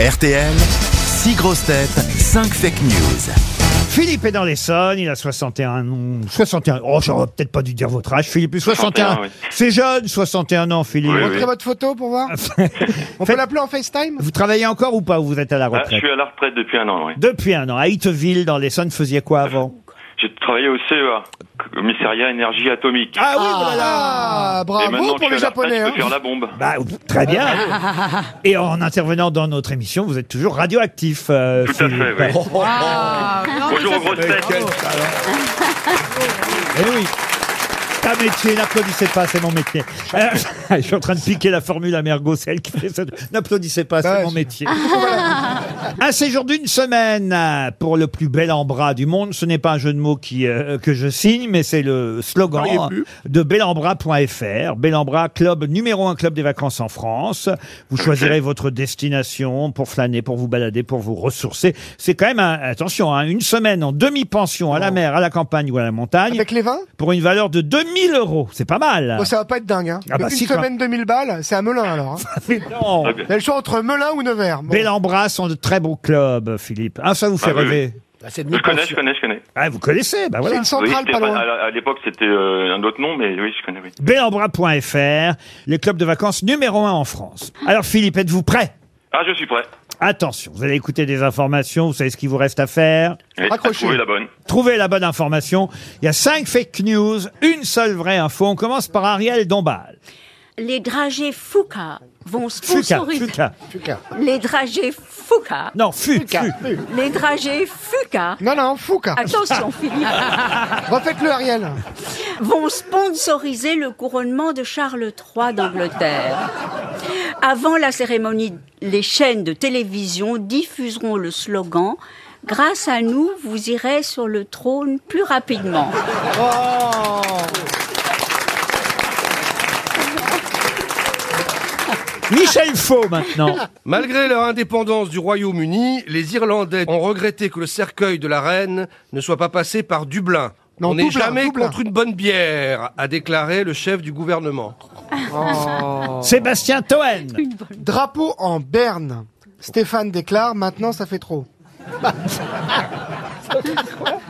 RTL, 6 grosses têtes, 5 fake news. Philippe est dans l'Essonne, il a 61 ans. 61, oh, j'aurais peut-être pas dû dire votre âge, Philippe. 61, 61, oui. c'est jeune, 61 ans, Philippe. Oui, oui. Montrez votre photo pour voir. On peut Faites- l'appeler en FaceTime Vous travaillez encore ou pas ou vous êtes à la Ah, je retraite suis à la retraite depuis un an, oui. Depuis un an, à Itteville, dans l'Essonne, vous faisiez quoi avant J'ai travaillé au CEA, commissariat énergie atomique. Ah oui, voilà Ah, Et maintenant bravo que pour je les suis à la retraite, Japonais. je peux hein. faire la bombe. bah, vous- très bien. ah, Et en intervenant dans notre émission, vous êtes toujours radioactif. euh, Tout à Philippe. fait, oui. Bonjour aux grosses têtes. Eh oui. Ta métier, n'applaudissez pas, c'est mon métier. Euh, je suis en train de piquer la formule à Mergo, c'est elle qui fait ça. N'applaudissez pas, c'est Ouais, mon je- métier. un séjour d'une semaine euh, pour le plus bel embras du monde. Ce n'est pas un jeu de mots qui, euh, que je signe, mais c'est le slogan de belambra.fr. Belambra, club numéro un club des vacances en France. Vous choisirez votre destination pour flâner, pour vous balader, pour vous ressourcer. C'est quand même, un- attention, hein, une semaine en demi-pension à la mer, à la campagne ou à la montagne Avec les vins pour une valeur de 2000 euros. C'est pas mal. Bon, Ça va pas être dingue. Hein. Ah bah une si, quand semaine, 2000 balles, c'est à Melun alors. Hein. non. Vous avez le choix entre Melun ou Nevers. Bon. Bel embrasse sont de très beaux clubs, Philippe. Ah, ça vous fait Ah oui, rêver. Je connais, je connais, je connais. Ah, vous connaissez, bah C'est voilà. une Oui, centrale c'était pas pas- loin. à la- à l'époque, c'était euh, un autre nom, mais oui, je connais, oui. Bellambra.fr, les clubs de vacances numéro un en France. Alors, Philippe, êtes-vous prêt Ah, je suis prêt. Attention, vous allez écouter des informations, vous savez ce qu'il vous reste à faire. Oui, t'as Raccrochez. trouvé la bonne. Trouvez la bonne information. Il y a cinq fake news, une seule vraie info. On commence par Ariel Dombal. Les dragées Fouca vont Fuca, sponsoriser. Fuca. Les dragées Fouca. Non, fu, fu. Les dragées Fouca. Non, non, Fouca. Attention, Philippe. Refaites-le, Ariel. Vont sponsoriser le couronnement de Charles III d'Angleterre. Avant la cérémonie, les chaînes de télévision diffuseront le slogan Grâce à nous, vous irez sur le trône plus rapidement. Michel Faux, maintenant. Malgré leur indépendance du Royaume-Uni, les Irlandais ont regretté que le cercueil de la reine ne soit pas passé par Dublin. Non, On n'est Dublin, jamais Dublin. contre une bonne bière, a déclaré le chef du gouvernement. Sébastien Toen. Drapeau en Berne. Stéphane déclare, maintenant ça fait trop.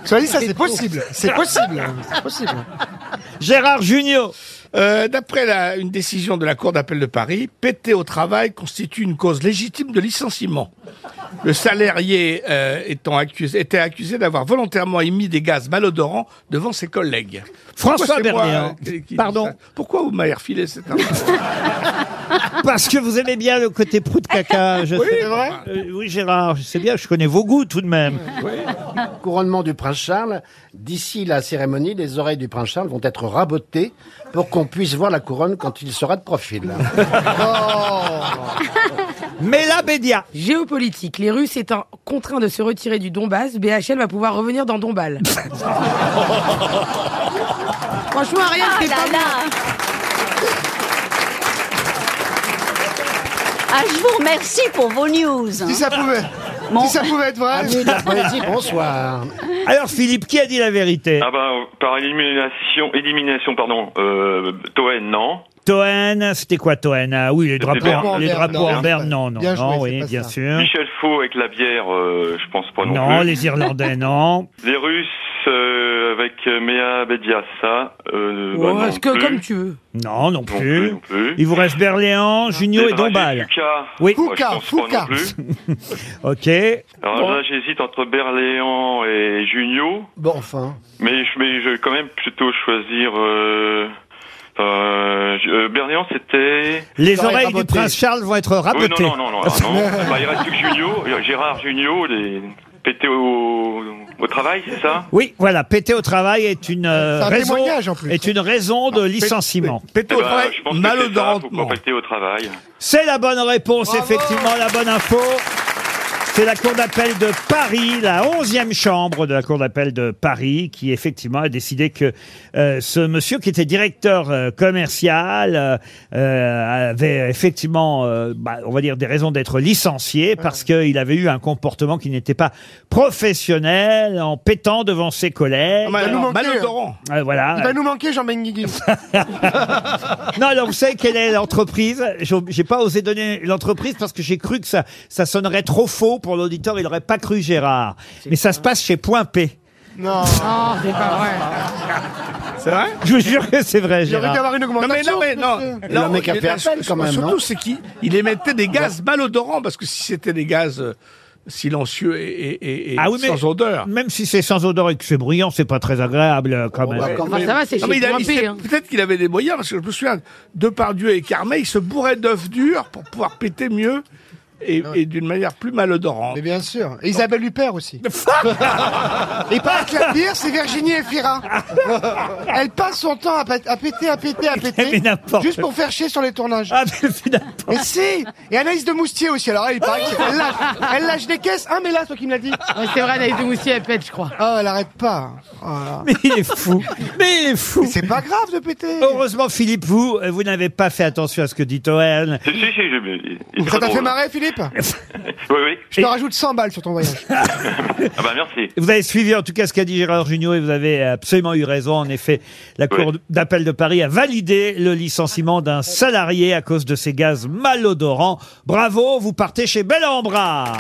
Cela dit, ça c'est possible. C'est possible. C'est possible. Gérard Junior. Euh, D'après la- une décision de la Cour d'appel de Paris, péter au travail constitue une cause légitime de licenciement. Le salarié euh, étant accusé, était accusé d'avoir volontairement émis des gaz malodorants devant ses collègues. François Pourquoi c'est moi, Bernier. euh, qui- qui- Pardon. Pourquoi vous m'avez refilé cette information Parce que vous aimez bien le côté prout caca. Je oui, C'est vrai oui, Gérard, je sais bien, je connais vos goûts tout de même. couronnement du prince Charles, d'ici la cérémonie, les oreilles du prince Charles vont être rabotées pour qu'on puisse voir la couronne quand il sera de profil. Mais la Bédia. Géopolitique. Les Russes étant contraints de se retirer du Donbass, BHL va pouvoir revenir dans Dombal. Franchement, rien Ah c'est là pas mal. là Ah, je vous remercie pour vos news. hein. Si ça pouvait, Bon. si ça pouvait être vrai. Amis de la poésie, bonsoir. Alors, Philippe, qui a dit la vérité Ah bah, euh, par élimination, élimination, pardon, euh, Toen, non. Toen, c'était quoi Toen Ah oui, les drapeaux, Berne. les Berne, drapeaux en Berne. berne, non, non, Bien non, joué, c'est oui, pas bien ça. sûr. Michel Faux avec la bière, euh, je pense pas non, Hein? Non, plus. les Irlandais, non. Les Russes euh, avec euh, Mea Bedia, ça, euh, bah, Oh, non est-ce que plus. comme tu veux. Non, non Non plus, plus. non plus. Il vous reste Berléans, Junio Les et dragées Dombal. Fuca. Oui. Moi, je Fuca, pense pas Fuca. non plus. Ok. Alors Bon. là, j'hésite entre Berléand et Junio, Bon, enfin. mais je, mais je vais quand même plutôt choisir. Euh, euh, je- euh, Berléand, c'était. Les J'aurais oreilles du raboté. prince Charles vont être Oui, non, rabotées. non, non, non. ah, non. bah, il reste que Junio, Gérard Junio, les pété au, au travail, c'est ça Oui, voilà, péter au travail est une euh, C'est un raison témoignage, en plus. est une raison Ah, de licenciement. Eh Péter au ben, travail Je pense que c'est ça, faut malodorantement. pas péter au travail. C'est la bonne réponse, effectivement, la bonne info. C'est la Cour d'appel de Paris, la 11e chambre de la Cour d'appel de Paris, qui effectivement a décidé que euh, ce monsieur qui était directeur euh, commercial euh, euh, avait effectivement, euh, bah, on va dire, des raisons d'être licencié parce qu'il avait eu un comportement qui n'était pas professionnel en pétant devant ses Ah, collègues. va Ah, bah, nous manquer, malodorant. Euh, voilà. Il va nous manquer, Jean Benguigui. Non, alors vous savez quelle est l'entreprise J'ai j'ai pas osé donner l'entreprise parce que j'ai cru que ça, ça sonnerait trop faux pour l'auditeur. Il n'aurait pas cru Gérard. Mais ça se passe chez Point P. Non, Non, c'est pas vrai. C'est vrai Je vous jure que c'est vrai, il y aurait qu'à Gérard. avoir une Non mais augmentation. non mais non. monsieur. Là, Le mec on- a fait là, appel, quand même, Surtout non c'est qu'il il émettait des gaz malodorants parce que si c'était des gaz euh, silencieux et, et- et- et Ah oui, mais- sans odeur. Même si c'est sans odeur et que c'est bruyant, c'est pas très agréable euh, Oh, quand même. Bah, quand Enfin, même. ça va, c'est Non, mais chez il a- Point il P. s'est- hein. Peut-être qu'il avait des moyens, parce que je me souviens, Depardieu et Carmet, ils se bourraient d'œufs durs pour pouvoir péter mieux et, et d'une manière plus malodorante. Mais bien sûr. Et Isabelle Huppert aussi. Et pas que la pire, c'est Virginie Efira. Elle passe son temps à, pét- à péter, à péter, à Mais péter. n'importe. Juste pour faire chier sur les tournages. Ah, mais finalement, Mais si Et Anaïs de Moustier aussi, alors elle, il paraît qu'elle lâche, elle lâche des caisses. Ah mais là, toi qui me l'as dit. Ouais, c'est vrai, Anaïs de Moustier, elle pète, je crois. Oh, elle arrête pas. Oh là là. mais il est fou. Mais il est fou. Mais c'est pas grave de péter. Oh. Heureusement, Philippe, vous, euh, vous n'avez pas fait attention à ce que dit Toen. Si, si, si, je- il- il est Ça très t'a fait drôle. Oh. marrer, Philippe Oui, oui. Je te rajoute 100 balles sur ton voyage. Ah bah merci. Vous avez suivi en tout cas ce qu'a dit Gérard Junior et vous avez absolument eu raison. En effet, la Cour Oui. d'appel de Paris a validé le licenciement d'un salarié à cause de ces gaz malodorants. Bravo, vous partez chez Bellambra.